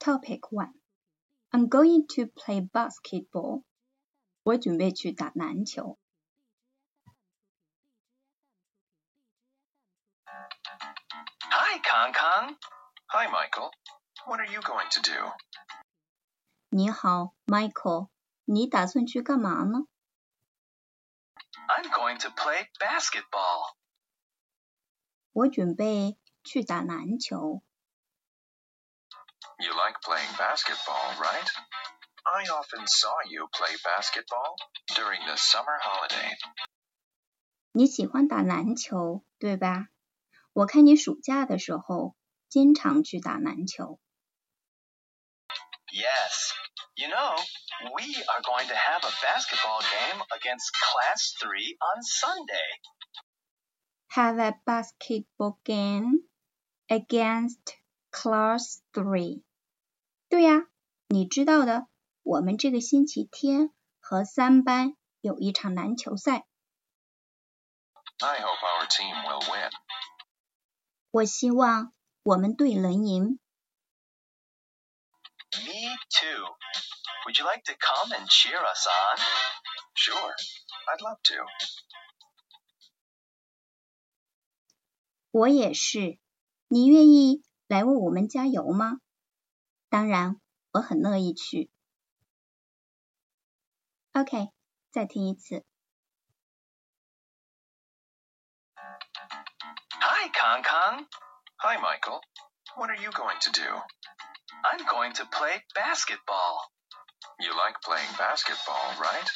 Topic One: I'm going to play basketball. 我准备去打篮球。 Hi, Kong Kong. Hi, Michael. What are you going to do? 你好，Michael，你打算去干嘛呢？ I'm going to play basketball. 我准备去打篮球。 You like playing basketball, right? I often saw you play basketball during the summer holiday. 你喜欢打篮球，对吧？我看你暑假的时候经常去打篮球。 Yes. You know, we are going to have a basketball game against Class 3 on Sunday. Have a basketball game against Class Three。对呀，你知道的，我们这个星期天和三班有一场篮球赛。 I hope our team will win. 我希望我们队能赢。 Me too. Would you like to come and cheer us on? Sure. I'd love to. 我也是。你愿意来为我们加油吗？当然，我很乐意去。OK，再听一次。 Hi, Kong Kong. Hi, Michael. What are you going to do? I'm going to play basketball. You like playing basketball, right?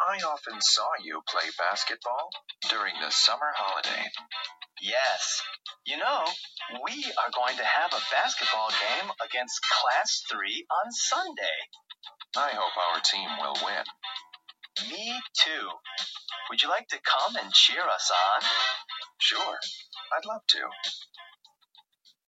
I often saw you play basketball during the summer holiday. Yes. You know, we are going to have a basketball game against Class 3 on Sunday. I hope our team will win. Me too. Would you like to come and cheer us on? Sure. I'd love to.